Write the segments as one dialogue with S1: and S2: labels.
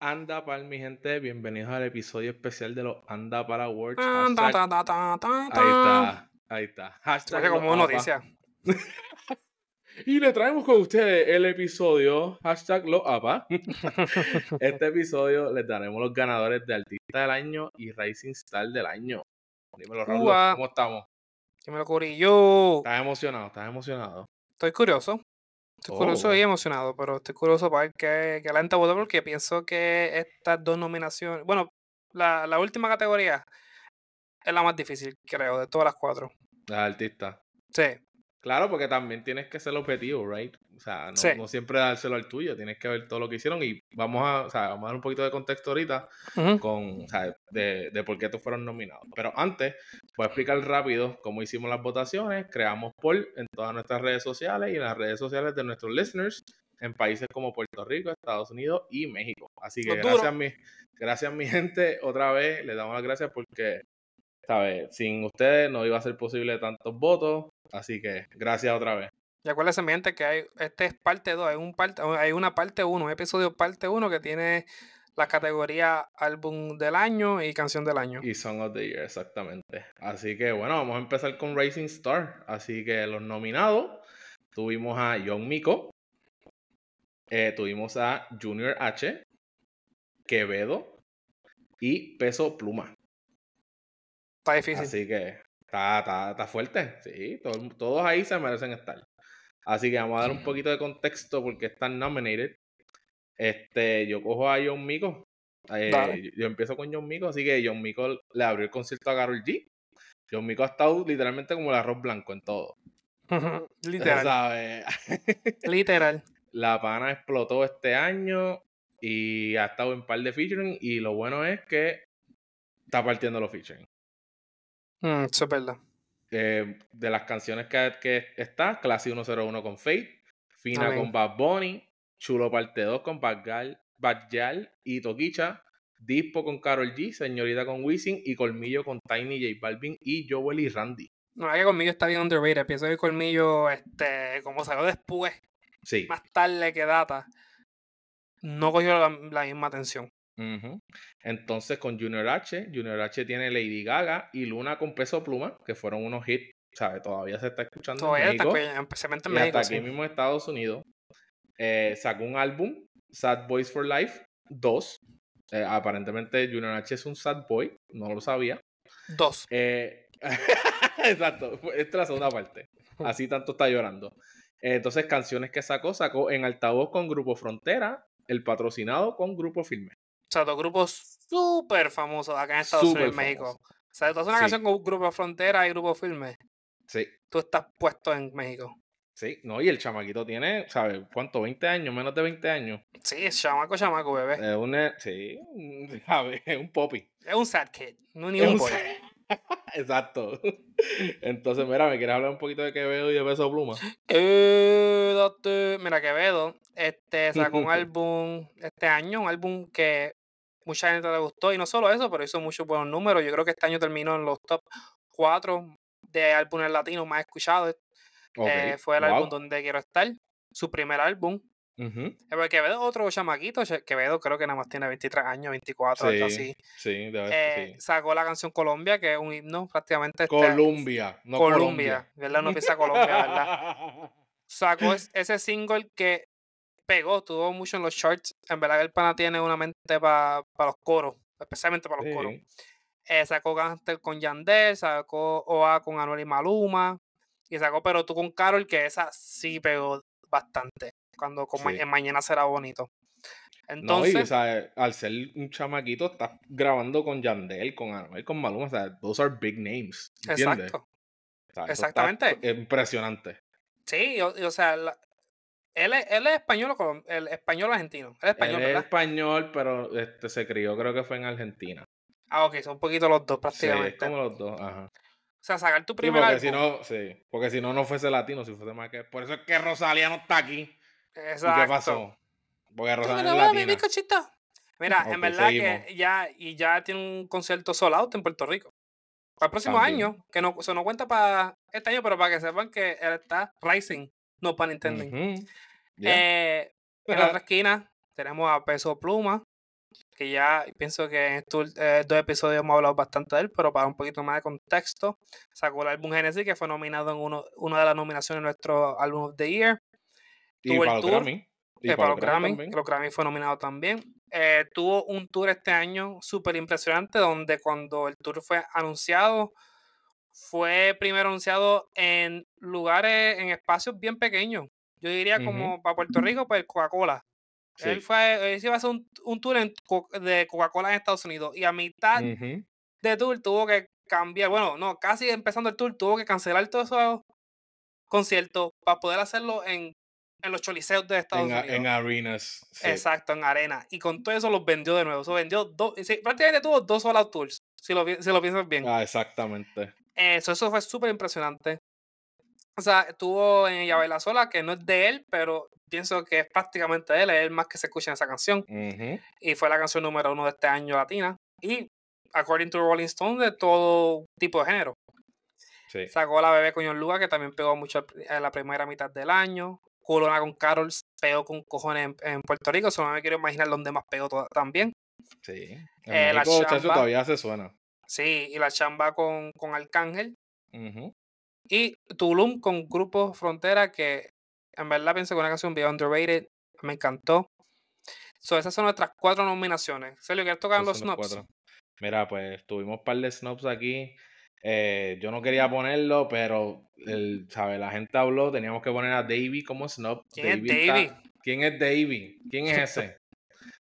S1: Anda pal, mi gente, bienvenidos al episodio especial de los Anda para Awards.
S2: Tan, tan,
S1: Hashtag-
S2: tan, tan, tan, tan,
S1: Ahí
S2: tan.
S1: está, ahí está.
S2: Se
S1: Hashtag
S2: hace
S1: los
S2: como
S1: APA.
S2: noticia.
S1: Y le traemos con ustedes el episodio, hashtag los APA. este episodio les daremos los ganadores de Artista del Año y Rising Star del Año. Dímelo, Raúl,
S2: Ua.
S1: ¿cómo estamos?
S2: Yo me lo cubrí. Yo
S1: ¿Estás emocionado? ¿Estás emocionado?
S2: estoy curioso. Estoy curioso y
S1: Oh.
S2: emocionado, pero estoy curioso para ver qué, qué la gente votó porque pienso que estas dos nominaciones. Bueno, la, la última categoría es la más difícil, creo, de todas las cuatro.
S1: Las artistas.
S2: Sí,
S1: Claro, porque también tienes que ser el objetivo, right? O sea, no,
S2: Sí.
S1: no siempre dárselo al tuyo, tienes que ver todo lo que hicieron y vamos a, o sea, vamos a dar un poquito de contexto ahorita.
S2: ujú,
S1: con, o sea, de, de por qué estos fueron nominados. Pero antes, voy a explicar rápido cómo hicimos las votaciones. Creamos poll en todas nuestras redes sociales y en las redes sociales de nuestros listeners en países como Puerto Rico, Estados Unidos y México. Así que
S2: Los duros.
S1: gracias, a mi, gracias mi gente. Otra vez les damos las gracias porque, ¿sabes? Sin ustedes no iba a ser posible tantos votos. Así que gracias otra vez.
S2: Y acuérdense, mi gente, que hay, este es parte 2, hay, un parte, hay una parte 1, un episodio parte 1 que tiene la categoría álbum del año y canción del año.
S1: Y Song of the Year, exactamente. Así que bueno, vamos a empezar con Racing Star. Así que los nominados tuvimos a John Miko, eh, tuvimos a Junior H, Quevedo y Peso Pluma.
S2: Está difícil.
S1: Así que está, está- está fuerte, sí. todo el- todos ahí se merecen estar. Así que vamos a dar un poquito de contexto porque están nominated. Este, yo cojo a John Mico. Eh,
S2: Dale.
S1: yo, yo empiezo con John Mico, así que John Mico le abrió el concierto a Carol G. John Mico ha estado literalmente como el arroz blanco en todo.
S2: Ujú, Literal.
S1: ¿Sabes?
S2: Literal.
S1: La pana explotó este año y ha estado en par de featuring. Y lo bueno es que está partiendo los featuring.
S2: Mm, eso es verdad.
S1: eh, de las canciones que, que está, Classy 101 con Fate, Fina
S2: Amén.
S1: con Bad Bunny, Chulo Parte 2 con Bad Gal, Bad Gyal y Toquicha, Dispo con Carol G, Señorita con Wisin y Colmillo con Tiny J Balvin y Joel y Randy.
S2: No, es que Colmillo está bien underrated. Pienso que Colmillo, este, como salió después,
S1: Sí.
S2: más tarde que Data, no cogió la, la misma atención.
S1: Ujú. Entonces con Junior H, Junior H tiene Lady Gaga y Luna con Peso Pluma, que fueron unos hits, ¿sabes? Todavía se está escuchando. en
S2: Todavía está,
S1: México.
S2: cogiendo, especialmente en
S1: y hasta
S2: México.
S1: aquí
S2: sí.
S1: mismo en Estados Unidos eh, sacó un álbum, Sad Boys for Life 2. Eh, aparentemente Junior H es un sad boy, no lo sabía.
S2: Dos.
S1: Eh, exacto, esta es la segunda parte. Así tanto está llorando. Eh, entonces, canciones que sacó, sacó en altavoz con Grupo Frontera, el patrocinado con Grupo Filme.
S2: O sea, dos grupos súper famosos acá en Estados Unidos y
S1: Súper
S2: México.
S1: famosos.
S2: O sea, tú haces una
S1: Sí.
S2: canción con Grupo Frontera y Grupo Filme,
S1: Sí,
S2: tú estás puesto en México.
S1: sí, no, y el chamaquito tiene, ¿sabes cuánto? 20 años, menos de 20 años.
S2: Sí, chamaco, chamaco, bebé.
S1: Es un, eh, sí, un- ¿sabes? Es un popi.
S2: Es un sad kid, no ni
S1: Es
S2: un
S1: un
S2: boy.
S1: Exacto. Entonces, mira, me quieres hablar un poquito de Quevedo y de Peso Pluma.
S2: Eh, date- Mira, Quevedo este, sacó un álbum este año, un álbum que mucha gente le gustó, y no solo eso, pero hizo muchos buenos números. Yo creo que este año terminó en los top 4 de álbumes latinos más escuchados.
S1: Ok,
S2: Eh, fue el álbum
S1: wow.
S2: Donde Quiero Estar, su primer álbum.
S1: Ujú,
S2: Eh, pero Quevedo, otro chamaquito, che- Quevedo creo que nada más tiene 23 años, 24, algo
S1: Sí,
S2: así.
S1: sí, debe
S2: Eh,
S1: sí.
S2: sacó la canción Colombia, que es un himno prácticamente. este-
S1: Colombia, no Colombia.
S2: Colombia, ¿verdad? No piensa Colombia, ¿verdad? sacó es- ese single que pegó, tuvo mucho en los charts. En verdad que el pana tiene una mente para los coros, especialmente para los coros.
S1: Sí.
S2: Eh, sacó Gangster con Yandel, sacó OA con Anuel y Maluma, y sacó Pero tú con Carol, que esa sí pegó bastante. Cuando con Ma-
S1: Sí.
S2: en Mañana será
S1: No,
S2: bonito.
S1: y o
S2: Entonces,
S1: sea, al ser un chamaquito, estás grabando con Yandel, con Anuel, con Maluma. O sea, those are big names. ¿Entiendes?
S2: exacto.
S1: O sea, eso está
S2: exactamente.
S1: p- impresionante.
S2: Sí, o, o sea, la- él, es, él es español, o colom- el español argentino. Él es español,
S1: Él es
S2: ¿verdad?
S1: español, pero este, se crió, creo que fue en Argentina.
S2: Ah, ok, son un poquito los dos
S1: Sí, es
S2: prácticamente.
S1: como los dos. Ajá.
S2: O sea, sacar tu
S1: Sí,
S2: primer
S1: porque
S2: álbum.
S1: si no, sí, porque si no, no fuese latino, si fuese más que. Por eso es que Rosalía no está aquí. ¿Y
S2: Exacto.
S1: qué pasó? Porque
S2: Tú me
S1: Rosalía
S2: la
S1: es
S2: vas a beber,
S1: latina.
S2: cochito. Mira,
S1: Ok,
S2: en verdad
S1: seguimos.
S2: que ya, y ya tiene un concierto sold out en Puerto Rico. Para el próximo
S1: También.
S2: año, que no, eso no cuenta para este año, pero para que sepan que él está rising, no para Nintendo. Eh,
S1: Ujú, ya.
S2: en la otra esquina tenemos a Peso Pluma, que ya pienso que en estos eh, dos episodios hemos hablado bastante de él, pero para un poquito más de contexto, sacó el álbum Genesis, que fue nominado en uno, una de las nominaciones de nuestro Album of the Year.
S1: Y Tuvo para el tour, Grammy.
S2: Y eh, para, los Grammy, Grammy los Grammy fue nominado también. Eh, tuvo un tour este año súper impresionante, donde cuando el tour fue anunciado, fue primero anunciado en lugares, en espacios bien pequeños. Yo diría como uh -huh. para Puerto Rico, pues Coca-Cola. Sí. Él, fue, él iba a hacer un, un tour en, de Coca-Cola en Estados Unidos y a mitad uh -huh. de tour tuvo que cambiar, bueno, no, casi empezando el tour tuvo que cancelar todos esos conciertos para poder hacerlo en, en los choliseos de Estados
S1: en,
S2: Unidos.
S1: En arenas.
S2: Sí. Exacto, en arenas. Y con todo eso los vendió de nuevo. Eso vendió dos, sí, prácticamente tuvo dos solos tours, si lo, si lo piensas bien.
S1: Ah, exactamente.
S2: Eso, eso fue súper impresionante. O sea, estuvo en Llave la Sola, que no es de él, pero pienso que es prácticamente de él, es el más que se escucha en esa canción. Uh -huh. Y fue la canción número uno de este año latina. Y, according to Rolling Stone, de todo tipo de género. Sí. Sacó la bebé con John Luca, que también pegó mucho en la primera mitad del año. Corona con Carol pegó con cojones en, en Puerto Rico. Solo me quiero imaginar dónde más pegó toda, también.
S1: Sí. En eh, México, la chamba, todavía se suena.
S2: Sí, y la chamba con, con Arcángel. Uh -huh. Y Tulum con Grupo Frontera, que en verdad pienso que una canción bien underrated. Me encantó. So, esas son nuestras cuatro nominaciones. Sergio, ¿quieres tocar los snobs? Los
S1: Mira, pues tuvimos un par de snobs aquí. Eh, yo no quería ponerlo, pero el, sabe, la gente habló. Teníamos que poner a Davey como snob.
S2: ¿Quién Davey es Davey?
S1: Está... ¿Quién es Davey? ¿Quién es ese?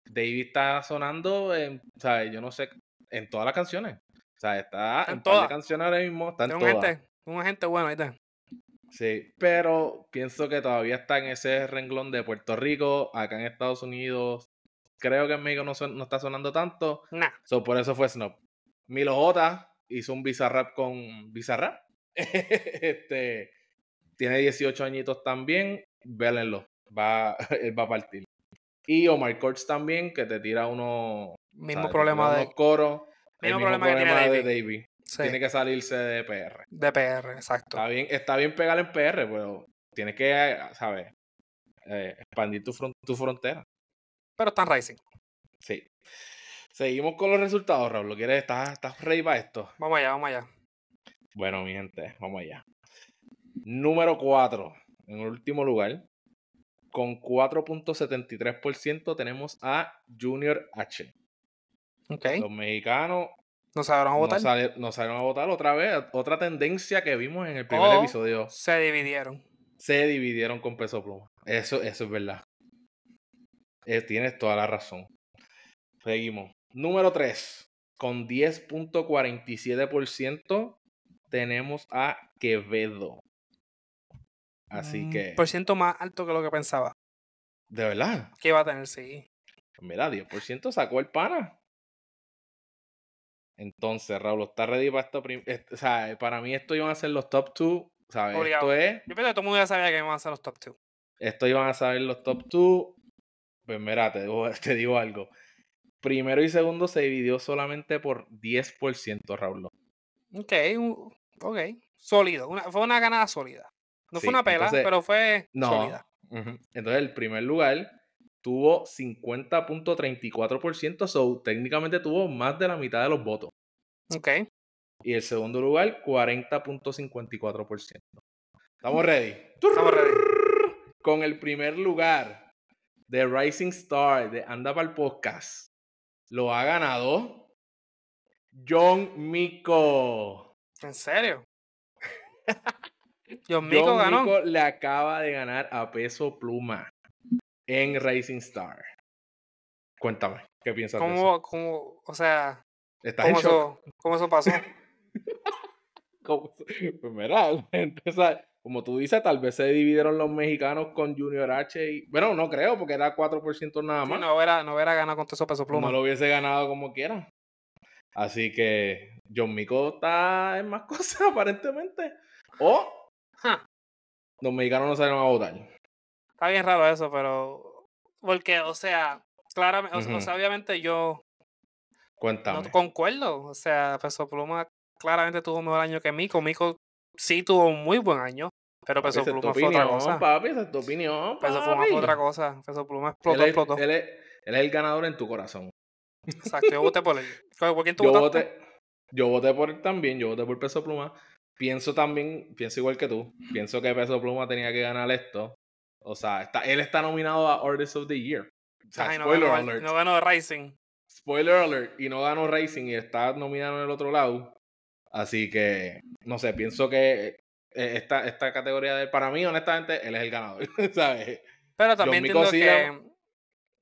S1: Davey está sonando, en, sabe, yo no sé, en todas las canciones. O sea, está, está en, en todas las canciones ahora mismo. Está en todas.
S2: Gente, un gente bueno, ahí está.
S1: Sí, pero pienso que todavía está en ese renglón de Puerto Rico, acá en Estados Unidos. Creo que en México no, no está sonando tanto.
S2: Nah.
S1: So, por eso fue Snob. Milo J hizo un Bizarrap con Bizarrap. este, tiene 18 añitos también. Vélenlo. Va, él va a partir. Y Omar Courts también, que te tira uno.
S2: Mismo ¿sabes? problema de.
S1: Coro, mismo, mismo problema, problema que tiene de David. David. Sí. Tiene que salirse de PR.
S2: De PR, exacto.
S1: Está bien, está bien pegar en PR, pero tienes que, ¿sabes? Eh, expandir tu, front, tu frontera.
S2: Pero están Rising.
S1: Sí. Seguimos con los resultados, Raúl. ¿Quieres? ¿Estás, estás ready para esto?
S2: Vamos allá, vamos allá.
S1: Bueno, mi gente, vamos allá. Número 4, en el último lugar, con 4.73% tenemos a Junior H.
S2: Okay.
S1: Los mexicanos
S2: no salieron a votar.
S1: No, sal, no salieron a votar otra vez. Otra tendencia que vimos en el primer oh, episodio.
S2: Se dividieron.
S1: Se dividieron con peso pluma. Eso, eso es verdad. Eh, tienes toda la razón. Seguimos. Número 3. Con 10.47% tenemos a Quevedo. Así que.
S2: Mm, Por ciento más alto que lo que pensaba.
S1: ¿De verdad?
S2: ¿Qué va a tener? Sí.
S1: Mira, 10% sacó el pana. Entonces, Raúl, ¿estás ready para esto? O sea, para mí esto iban a ser los top 2, ¿sabes? Obligado. Esto es...
S2: Yo pienso que todo el mundo ya sabía que iban a ser los top 2.
S1: Esto iban a saber los top 2. Pues mira, te digo, te digo algo. Primero y segundo se dividió solamente por 10%, Raúl.
S2: Ok, ok. Sólido. Una, fue una ganada sólida. No sí, fue una pela, entonces, pero fue no. sólida.
S1: Uh -huh. Entonces, el primer lugar tuvo 50.34%, so técnicamente tuvo más de la mitad de los votos.
S2: Ok.
S1: Y el segundo lugar, 40.54%. Estamos ready.
S2: Estamos ready.
S1: Con el primer lugar de Rising Star de Anda para el Podcast, lo ha ganado John Mico.
S2: ¿En serio? John Mico John ganó. Mico
S1: le acaba de ganar a peso pluma en Racing Star. Cuéntame, ¿qué piensas
S2: ¿Cómo,
S1: de eso?
S2: ¿Cómo, o sea,
S1: ¿Estás ¿cómo, en shock?
S2: Eso, ¿cómo, Eso, pasó?
S1: ¿Cómo, pues mira, entonces, como tú dices, tal vez se dividieron los mexicanos con Junior H y... Bueno, no creo, porque era 4% nada más.
S2: Sí, no, hubiera, no hubiera ganado con todo eso peso pluma.
S1: No lo hubiese ganado como quiera. Así que John Mico está en más cosas, aparentemente. O huh. los mexicanos no salieron a votar
S2: está bien raro eso, pero. Porque, o sea, claramente, uh -huh. o sea, obviamente yo.
S1: Cuéntame.
S2: No concuerdo. O sea, Peso Pluma claramente tuvo un mejor año que Mico. Mico sí tuvo un muy buen año. Pero papi, Peso Pluma
S1: tu
S2: fue
S1: opinión,
S2: otra cosa.
S1: Papi, esa es tu opinión.
S2: Peso
S1: papi.
S2: Pluma fue otra cosa. Peso Pluma explotó,
S1: él es,
S2: explotó.
S1: Él es, él es el ganador en tu corazón.
S2: Exacto, yo voté por él. ¿Por quién tú
S1: yo
S2: votaste?
S1: voté, yo voté por él también, yo voté por Peso Pluma. Pienso también, pienso igual que tú, pienso que Peso Pluma tenía que ganar esto. O sea, está, él está nominado a Artist of the Year. O sea,
S2: Ay, no
S1: spoiler
S2: ganó-
S1: alert.
S2: No ganó Rising.
S1: Spoiler alert. Y no ganó Racing y está nominado en el otro lado. Así que, no sé, pienso que eh, esta, esta categoría de él, para mí, honestamente, él es el ganador. ¿Sabes?
S2: Pero también
S1: Miko
S2: entiendo
S1: sí
S2: que.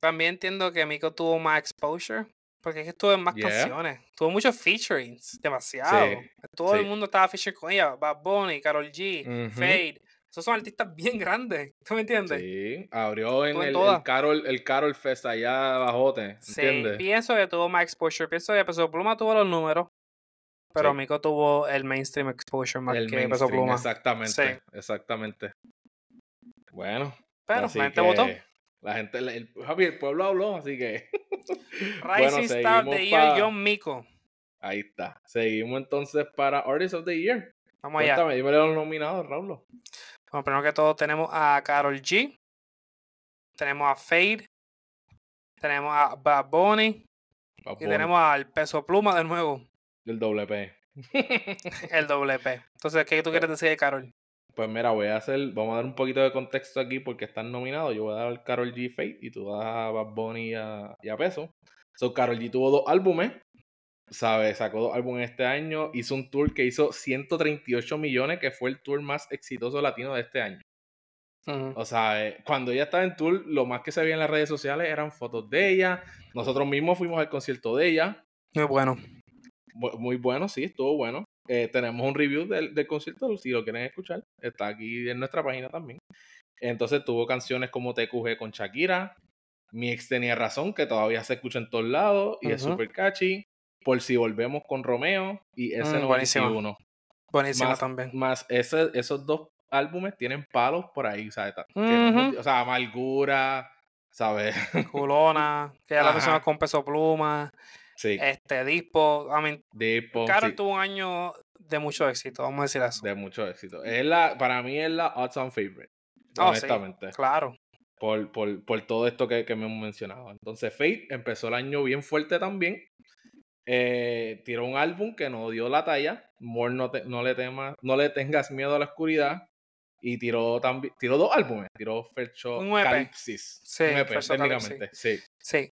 S2: También entiendo que Miko tuvo más exposure. Porque es que estuvo en más
S1: Yeah.
S2: canciones. Tuvo muchos featurings. Demasiado. Todo el
S1: sí.
S2: mundo estaba featuring con ella. Bad Bunny, Carol G,
S1: Ujú.
S2: Fade. Esos son artistas bien grandes. ¿Tú me entiendes?
S1: Sí, abrió en
S2: Estuvo en
S1: el, el
S2: todas.
S1: Carol, el Carol Fest allá bajote.
S2: Sí,
S1: ¿Entiendes?
S2: pienso que tuvo más exposure. Pienso que Peso Pluma tuvo los números. Pero
S1: Sí.
S2: Miko tuvo el mainstream exposure más
S1: el
S2: que Peso
S1: mainstream,
S2: Pluma.
S1: exactamente,
S2: Sí.
S1: exactamente. Bueno,
S2: Pero
S1: así
S2: la gente votó.
S1: que La gente, el, el- Javi, el pueblo habló, así que Bueno,
S2: Rising Star de
S1: seguimos
S2: Year,
S1: pa-
S2: John Miko.
S1: ahí está. Seguimos entonces para Artist of the Year.
S2: Vamos allá.
S1: Cuéntame, dime los nominados, Raúl.
S2: Bueno, primero que todo tenemos a Carol G. Tenemos a Fade. Tenemos a Bad Bunny.
S1: Bad
S2: Y
S1: Bunny,
S2: tenemos al Peso Pluma de nuevo.
S1: el WP.
S2: El WP. Entonces, ¿qué tú quieres decir de Carol?
S1: Pues mira, voy a hacer, vamos a dar un poquito de contexto aquí porque están nominados. Yo voy a dar al Carol G Fate y tú das a Bad Bunny y a, y a Peso. So, Carol G tuvo dos álbumes, ¿sabes? Sacó dos álbumes este año. Hizo un tour que hizo 138 millones, que fue el tour más exitoso latino de este año. O sea, eh, cuando ella estaba en tour, lo más que se veía en las redes sociales eran fotos de ella. Nosotros mismos fuimos al concierto de ella.
S2: Muy bueno.
S1: Bu- Muy bueno, sí, estuvo bueno. Eh, tenemos un review del, del concierto, si lo quieren escuchar, está aquí en nuestra página también. Entonces tuvo canciones como TQG con Shakira, Mi ex tenía razón, que todavía se escucha en todos lados y es
S2: Ujú.
S1: super catchy. Por si volvemos con Romeo y S91.
S2: Mm, buenísima. Buenísima
S1: Más-
S2: también.
S1: Más ese- esos dos álbumes tienen palos por ahí, ¿sabes? Ta- que no-
S2: Ujú.
S1: O sea, Amargura, ¿sabes?
S2: Culona, que ya la
S1: Ajá.
S2: persona con Peso Pluma.
S1: Sí,
S2: Este dispo. I mean,
S1: Deepo,
S2: Carol
S1: sí.
S2: tuvo un año de mucho éxito, vamos a decir eso.
S1: de mucho éxito. Es la, para mí es la awesome favorite.
S2: Oh, sí.
S1: honestamente.
S2: Claro.
S1: Por, por, por todo esto que, que me hemos mencionado. Entonces, Fate empezó el año bien fuerte también. Eh, tiró un álbum que no dio la talla. More no, te- no, le tema, no le tengas miedo a la oscuridad. Y tiró también tiró dos álbumes. Tiró Fercho
S2: Un EP.
S1: Calipsis.
S2: Sí,
S1: un EP,
S2: Ferchocalipsis.
S1: técnicamente. Sí.
S2: Sí.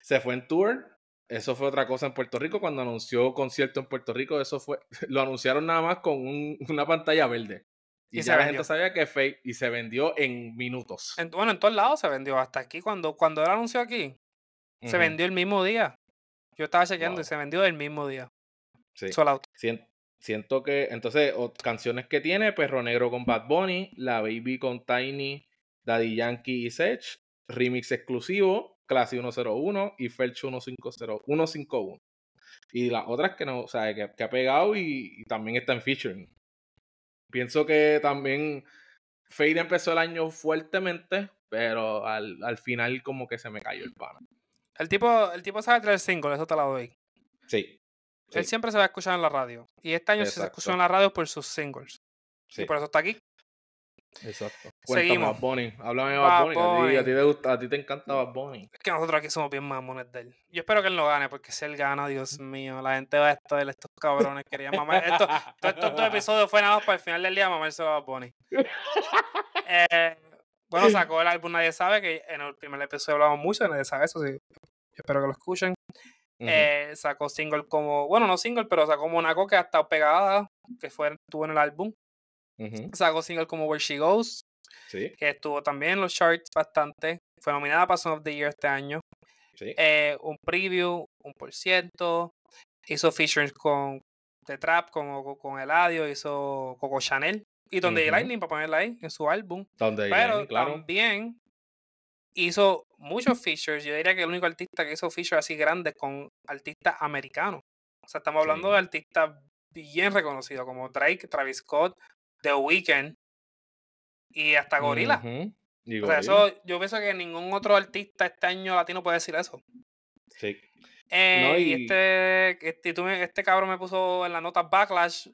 S1: Se fue en tour. Eso fue otra cosa en Puerto Rico. Cuando anunció concierto en Puerto Rico, eso fue. Lo anunciaron nada más con un- una pantalla verde. Y,
S2: Y se
S1: ya la
S2: vendió.
S1: gente sabía que Fate. Y se vendió en minutos.
S2: En- bueno, en todos lados se vendió. Hasta aquí, cuando, cuando él anunció aquí, se
S1: Ujú,
S2: vendió el mismo día. Yo estaba chequeando
S1: Wow.
S2: y se vendió el mismo día.
S1: sí.
S2: Sold out.
S1: Sien- siento que. Entonces, o- canciones que tiene: Perro Negro con Bad Bunny, La Baby con Tiny, Daddy Yankee y Sech, remix exclusivo, Clase 101 y Fercho 150 151. Y las otras que no, o sea, que, que ha pegado y, y también está en featuring. Pienso que también Fade empezó el año fuertemente, pero al, al final como que se me cayó el pana.
S2: El tipo, el tipo sabe traer single, eso te la doy.
S1: Sí,
S2: Él
S1: Sí.
S2: siempre se va a escuchar en la radio. Y este año sí se escuchó
S1: Exacto.
S2: en la radio por sus singles.
S1: sí,
S2: Y por eso está aquí.
S1: exacto. Cuéntame,
S2: Seguimos.
S1: Bad Bunny. Háblame de Bad
S2: Bad
S1: Bunny. A ti,
S2: Bunny.
S1: a ti te gusta, a ti te encanta Bad Bunny.
S2: Es que nosotros aquí somos bien mamones de él. Yo espero que él no gane, porque si él gana, Dios mío, la gente va a estar, estos cabrones querían mamar. Esto, todos estos dos episodios fue nada más para el final del día mamarse a Bad Bunny. Eh, bueno, sacó el álbum Nadie Sabe, que en el primer episodio hablamos mucho de Nadie Sabe, eso sí. Espero que lo escuchen.
S1: Ujú.
S2: Eh, sacó single como, bueno, no single, pero sacó Monaco, que ha estado pegada, que fue, estuvo en el álbum.
S1: Ujú,
S2: Sacó single como Where She Goes,
S1: Sí,
S2: que estuvo también en los charts bastante. Fue nominada para Song of the Year este año.
S1: sí.
S2: Eh, un preview, un por ciento. Hizo features con The Trap, con, Oco- con Eladio, hizo Coco Chanel. Y donde
S1: Ujú.
S2: Lightning, para ponerla ahí, en su álbum.
S1: Donde
S2: Pero
S1: Lenny, claro.
S2: también hizo muchos features. Yo diría que el único artista que hizo features así grandes con artistas americanos. O sea, estamos hablando
S1: Sí.
S2: de artistas bien reconocidos como Drake, Travis Scott, The Weeknd y hasta Gorilla.
S1: Ujú, y
S2: O sea,
S1: Gorila,
S2: eso yo pienso que ningún otro artista este año latino puede decir eso.
S1: Sí.
S2: Eh, y
S1: y-
S2: este, este, tú me- este cabrón me puso en la nota backlash.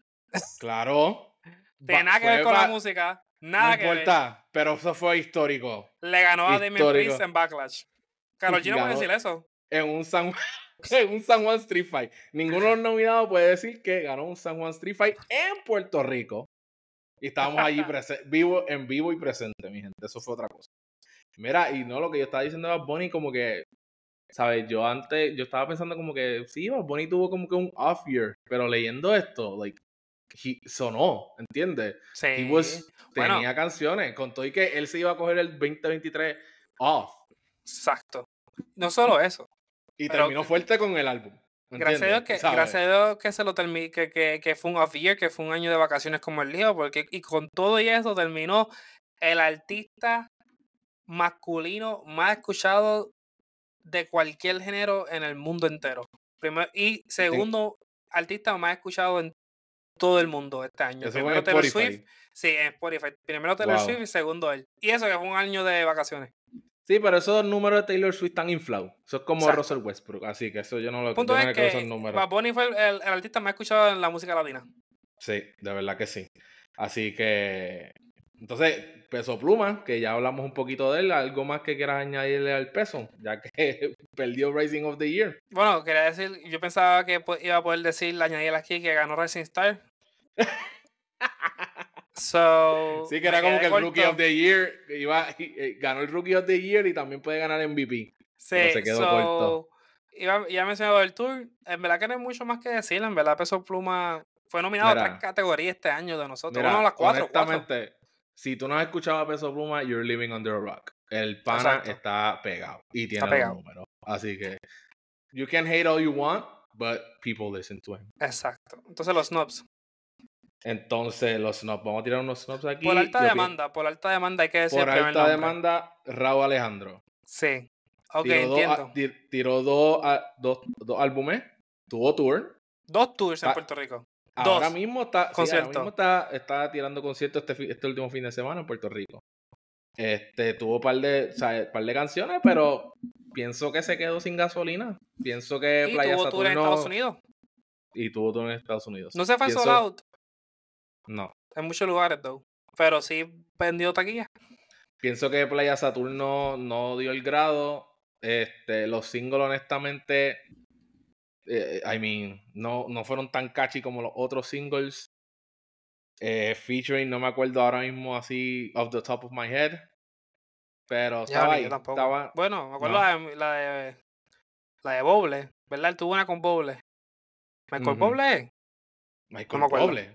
S1: Claro.
S2: Tiene
S1: Ba-
S2: nada que ver
S1: fue
S2: con la
S1: ba-
S2: música.
S1: No
S2: Nada que ver.
S1: importa, pero eso fue histórico.
S2: Le ganó a Damien Priest
S1: Histórico.
S2: en backlash. Carol G no puede
S1: Ganó-
S2: decir eso.
S1: en un San, en un San Juan Street Fight. Ninguno de los nominados puede decir que ganó un San Juan Street Fight en Puerto Rico. Y estábamos allí vivo, en vivo y presente, mi gente. Eso fue otra cosa. Mira, y no lo que yo estaba diciendo de Bad Bunny, como que, ¿sabes? Yo antes, yo estaba pensando como que, sí, Bad Bunny tuvo como que un off year, pero leyendo esto, like, he sonó, ¿entiendes?
S2: Sí.
S1: He was-
S2: Bueno.
S1: tenía canciones, contó y que él se iba a coger el 2023 off.
S2: Exacto. No solo eso.
S1: Y
S2: Pero-
S1: terminó fuerte con el álbum.
S2: Gracias a Dios que,
S1: ¿entiendes? ¿Sabes?
S2: gracias a Dios que se lo termi- que, que, que fue un off year, que fue un año de vacaciones como el lío, porque y con todo y eso terminó el artista masculino más escuchado de cualquier género en el mundo entero. Primero, y segundo artista más escuchado en todo el mundo este año.
S1: Eso fue en
S2: Primero Taylor
S1: Spotify.
S2: Swift, sí, en Spotify. Primero Taylor
S1: Wow.
S2: Swift y segundo él. Y eso que fue un año de vacaciones.
S1: Sí, pero esos números de Taylor Swift están inflados. Eso es como
S2: Exacto.
S1: Russell Westbrook, así que eso yo no lo
S2: El punto
S1: yo no
S2: es
S1: le creo esos
S2: que
S1: números.
S2: Bad Bunny fue el, el- el artista más escuchado en la música latina.
S1: Sí, de verdad que sí. Así que. Entonces, peso pluma, que ya hablamos un poquito de él, algo más que quieras añadirle al peso, ya que perdió Rising of the Year.
S2: Bueno, quería decir, yo pensaba que po- iba a poder decir, añadir aquí que ganó Racing Star. so,
S1: Sí, que
S2: me
S1: era como
S2: quedé
S1: que el Rookie of
S2: corto.
S1: the Year, que iba, eh, ganó el Rookie of the Year y también puede ganar MVP. pero
S2: Sí,
S1: se quedó
S2: so,
S1: corto.
S2: Iba, ya mencionado el tour. En verdad que no hay mucho más que decir. En verdad, Peso Pluma fue nominado a
S1: Mira.
S2: tres categorías este año de nosotros.
S1: Mira,
S2: bueno, las cuatro. cuatro.
S1: honestamente, si tú no has escuchado a Peso Pluma, you're living under a rock. El pana
S2: Exacto.
S1: está pegado y tiene
S2: pegado.
S1: los números. Así que, you can hate all you want, but people listen to him.
S2: Exacto. Entonces, los snobs.
S1: Entonces, los snobs, vamos a tirar unos snobs aquí.
S2: Por alta
S1: Yo pi-
S2: demanda, por alta demanda hay que decir
S1: Por
S2: el primer
S1: alta
S2: nombre.
S1: demanda, Raúl Alejandro.
S2: Sí. Ok,
S1: tiró dos a-
S2: entiendo.
S1: ti- tiró dos, a- dos, dos álbumes, tuvo tour.
S2: Dos tours en
S1: Ah,
S2: Puerto Rico.
S1: Ahora
S2: Dos.
S1: mismo está, sí, ahora
S2: Concierto.
S1: mismo está, está tirando conciertos este, fi- este último fin de semana en Puerto Rico. Este, tuvo par de, o sea, par de canciones, pero pienso que se quedó sin gasolina. Pienso que
S2: Y
S1: Playa
S2: tuvo tour en
S1: Saturno
S2: Estados Unidos.
S1: y tuvo tour en Estados Unidos.
S2: No se fue
S1: Pienso-
S2: solo out
S1: No.
S2: en muchos lugares, though. Pero sí vendió taquilla.
S1: Pienso que Playa Saturno no dio el grado. Este, los singles, honestamente, eh, I mean, no, no fueron tan catchy como los otros singles. Eh, featuring, no me acuerdo ahora mismo así, off the top of my head. Pero
S2: Ya,
S1: estaba
S2: ni
S1: ahí.
S2: yo tampoco.
S1: Estaba,
S2: Bueno, me acuerdo
S1: No.
S2: la, de, la de la de Boble, ¿verdad? Él tuvo una con Boble. ¿Michael
S1: Ujú.
S2: Boble? es?
S1: Michael
S2: me acuerdo.
S1: Bublé.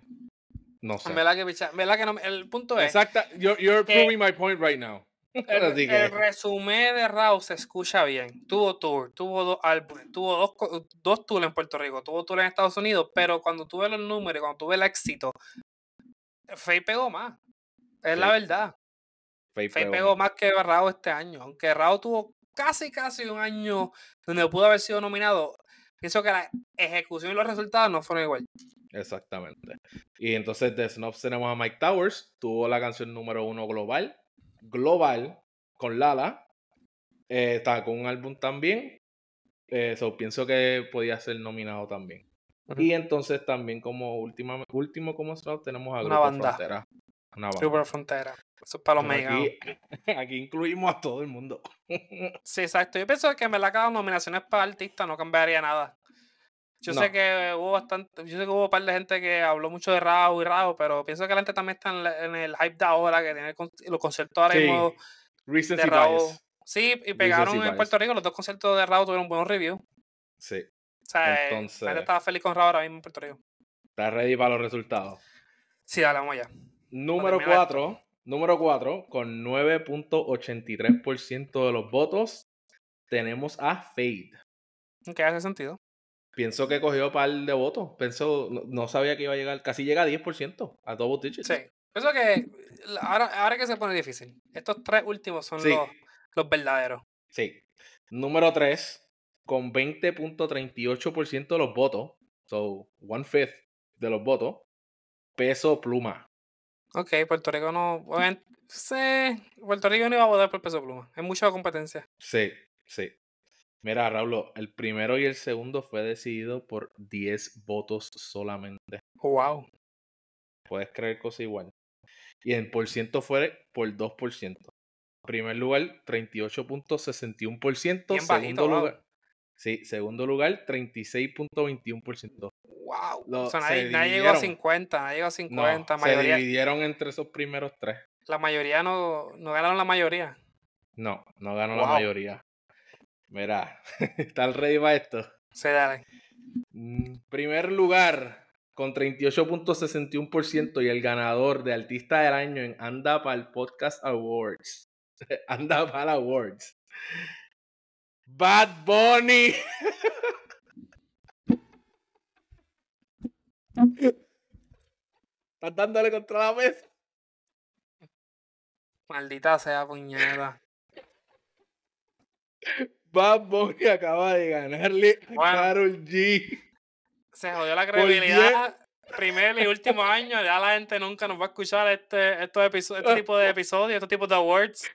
S1: No sé.
S2: ¿Verdad que, picha- verdad que no? me- El punto es,
S1: Exacta, you're, you're
S2: que-
S1: proving my point right now.
S2: el,
S1: Así
S2: el
S1: que-
S2: resumen de Raúl se escucha bien. Tuvo tour, tuvo dos álbumes, tuvo dos, co- dos tours en Puerto Rico, tuvo tour en Estados Unidos, pero cuando tuve los números, cuando tuve el éxito, Faye pegó más. Es la
S1: Sí.
S2: verdad.
S1: Faith
S2: Faye
S1: pegó
S2: pegó
S1: más.
S2: más que Rao este año. Aunque Rao tuvo casi, casi un año donde pudo haber sido nominado, pienso que la ejecución y los resultados no fueron igual.
S1: Exactamente. Y entonces de Snobs tenemos a Mike Towers, tuvo la canción número uno global, global, con Lala, eh, está con un álbum también, eh, so, pienso que podía ser nominado también.
S2: Ujú.
S1: Y entonces también como última, último como Snob tenemos a
S2: Una
S1: Grupo
S2: banda.
S1: Frontera. Una banda.
S2: Super Frontera. Eso es para los
S1: Pero aquí,
S2: mexicanos.
S1: aquí incluimos a todo el mundo.
S2: Sí, exacto. Yo pienso que en verdad cada nominaciones para artistas no cambiaría nada. Yo sé
S1: No.
S2: que hubo bastante, yo sé que hubo un par de gente que habló mucho de Rao y Rao, pero pienso que la gente también está en, la- en el hype de ahora, que tiene el con- los conciertos ahora
S1: Sí.
S2: mismo.
S1: Recency
S2: de Raúl.
S1: bias.
S2: Sí, y pegaron en
S1: bias.
S2: Puerto Rico, los dos conciertos de Rao tuvieron buenos reviews. O
S1: Sí.
S2: sea, eh, la
S1: Entonces-
S2: gente estaba feliz con Rao ahora mismo en Puerto Rico.
S1: ¿Estás ready para los resultados?
S2: Sí, dale, vamos allá.
S1: Número
S2: terminar esto.
S1: 4, número 4, con 9.83% de los votos, tenemos a Fade.
S2: Que hace sentido.
S1: Pienso que cogió par de votos. Pienso, no, no sabía que iba a llegar, casi llega a 10%, a double digits.
S2: Sí. Pienso que la- ahora, ahora que se pone difícil. Estos tres últimos son
S1: Sí,
S2: los, los verdaderos.
S1: sí. Número 3, con 20.38% de los votos, so one fifth de los votos, peso pluma.
S2: Ok, Puerto Rico no. obviamente, sí, Puerto Rico no iba a votar por peso pluma. Hay mucha competencia.
S1: Sí, sí. Mira, Raúl, el primero y el segundo fue decidido por 10 votos solamente.
S2: Wow.
S1: Puedes creer cosa igual. Y en por ciento fue por 2%. En primer lugar, 38.61%.
S2: Bien bajito,
S1: segundo
S2: wow.
S1: lugar, Sí, segundo lugar, 36.21%.
S2: ¡Wow!
S1: Lo-
S2: o sea,
S1: se
S2: nadie, nadie llegó a
S1: dividieron.
S2: 50, nadie llegó a 50.
S1: No, se
S2: mayoría,
S1: dividieron entre esos primeros tres.
S2: la mayoría no, no ganaron la mayoría.
S1: No, no ganó la
S2: Wow.
S1: mayoría. Mira, está ready para esto.
S2: Se dale.
S1: Mm, Primer lugar, con 38.61% y el ganador de Artista del Año en Anda el Podcast Awards. Anda para Awards. Bad Bunny. Estás dándole contra la mesa.
S2: Maldita sea, puñada.
S1: Bad Bunny acaba de ganarle a
S2: Bueno.
S1: Karol G.
S2: Se jodió la
S1: Por diez.
S2: credibilidad. Primer y último año, ya la gente nunca nos va a escuchar este, estos episo- este tipo de episodios, estos tipos de awards.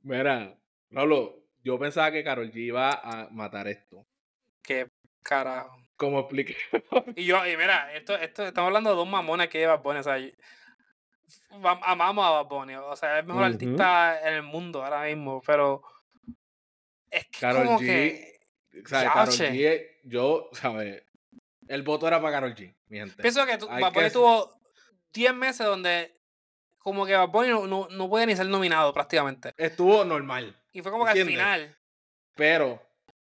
S1: Mira, Pablo, yo pensaba que Karol G iba a matar esto.
S2: Qué carajo.
S1: Como expliqué.
S2: Y yo, y mira, esto, esto, estamos hablando de dos mamones que lleva Bad Bunny. O sea, y- va- amamos a Bad Bunny. O sea, es el mejor
S1: Ujú.
S2: artista en el mundo ahora mismo. Pero es que
S1: Karol
S2: como
S1: G,
S2: que
S1: O sea,
S2: Ya,
S1: Karol
S2: che.
S1: G, es- yo, ¿sabes? El voto era para Karol G, mi gente.
S2: pienso que tú-
S1: hay
S2: Bad
S1: que
S2: Bunny
S1: ser-
S2: tuvo 10 meses donde como que Bad Bunny no, no, no puede ni ser nominado prácticamente.
S1: Estuvo normal,
S2: Y fue como que al
S1: ¿Entiendes?
S2: final,
S1: pero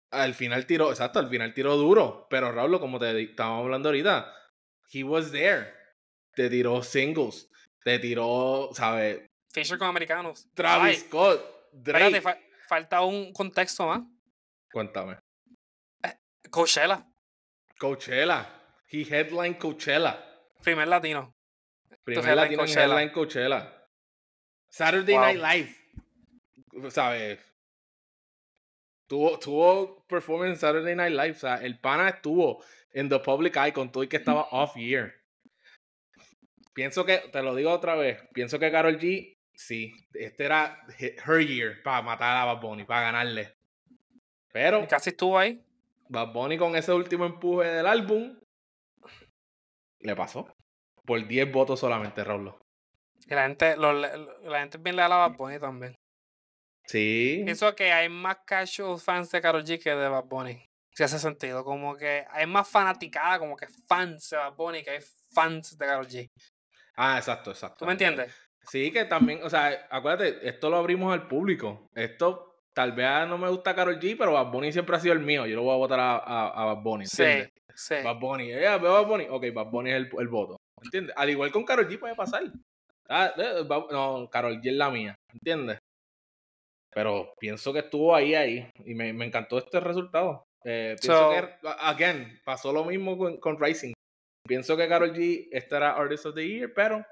S1: al final tiró, exacto, al final tiró duro. Pero Raúl, como te estábamos hablando ahorita, he was there. Te tiró singles, te tiró, ¿sabes?
S2: Fisher con americanos.
S1: Travis
S2: Ay,
S1: Scott, Drake.
S2: espérate, fa- falta un contexto más.
S1: Cuéntame.
S2: Coachella,
S1: Coachella. He headline Coachella.
S2: primer latino.
S1: Primer
S2: headline
S1: latino en
S2: Coachella.
S1: headline Coachella. Saturday
S2: Wow.
S1: Night Live. ¿Sabes? Tuvo, tuvo performance en Saturday Night Live. O sea, el pana estuvo en The Public Eye con todo y que estaba off year. Pienso que, te lo digo otra vez, pienso que Carol G, sí, este era he- her year para matar a Bad Bunny, para ganarle. Pero
S2: Casi estuvo ahí.
S1: Bad Bunny con ese último empuje del álbum le pasó. Por 10 votos solamente, Raúl.
S2: Y la gente, los le- lo- la gente es bien leal a Bad Bunny también.
S1: Sí.
S2: Pienso que hay más casual fans de Karol G que de Bad Bunny. Si hace sentido. Como que hay más fanaticada, como que fans de Bad Bunny que hay fans de Karol G.
S1: Ah, exacto, exacto.
S2: ¿Tú me entiendes?
S1: Sí, que también, o sea, acuérdate, esto lo abrimos al público. Esto, tal vez no me gusta Carol G, pero Bad Bunny siempre ha sido el mío. Yo lo voy a votar a, a, a Bad Bunny.
S2: Sí,
S1: ¿entiendes?
S2: sí.
S1: Bad Bunny, eh, veo a Bad Bunny. Ok, Bad Bunny es el, el voto. ¿Entiendes? Al igual con Carol G puede pasar. Ah, eh, Bad- no, Carol G es la mía. ¿Entiendes? Pero pienso que estuvo ahí, ahí. Y me, me encantó este resultado. Eh, pienso
S2: So-
S1: que, a- again, pasó lo mismo con, con Rising. Pienso que Carol G estará Artist of the Year, pero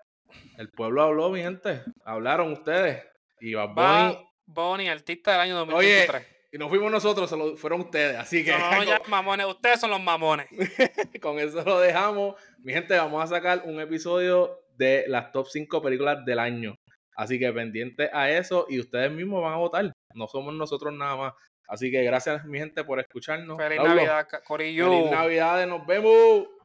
S1: el pueblo habló, mi gente. Hablaron ustedes. Y Bad
S2: Bad
S1: Bunny.
S2: Bunny, artista del año
S1: Oye,
S2: 2023.
S1: y no fuimos nosotros, se lo fueron ustedes. Así que.
S2: No, no, ya, mamones. Ustedes son los mamones.
S1: con eso lo dejamos. Mi gente, vamos a sacar un episodio de las top 5 películas del año. Así que pendiente a eso y ustedes mismos van a votar. No somos nosotros nada más. Así que gracias, mi gente, por escucharnos.
S2: Feliz
S1: Pablo,
S2: Navidad, Ca- Corillo.
S1: Feliz Navidad. Nos vemos.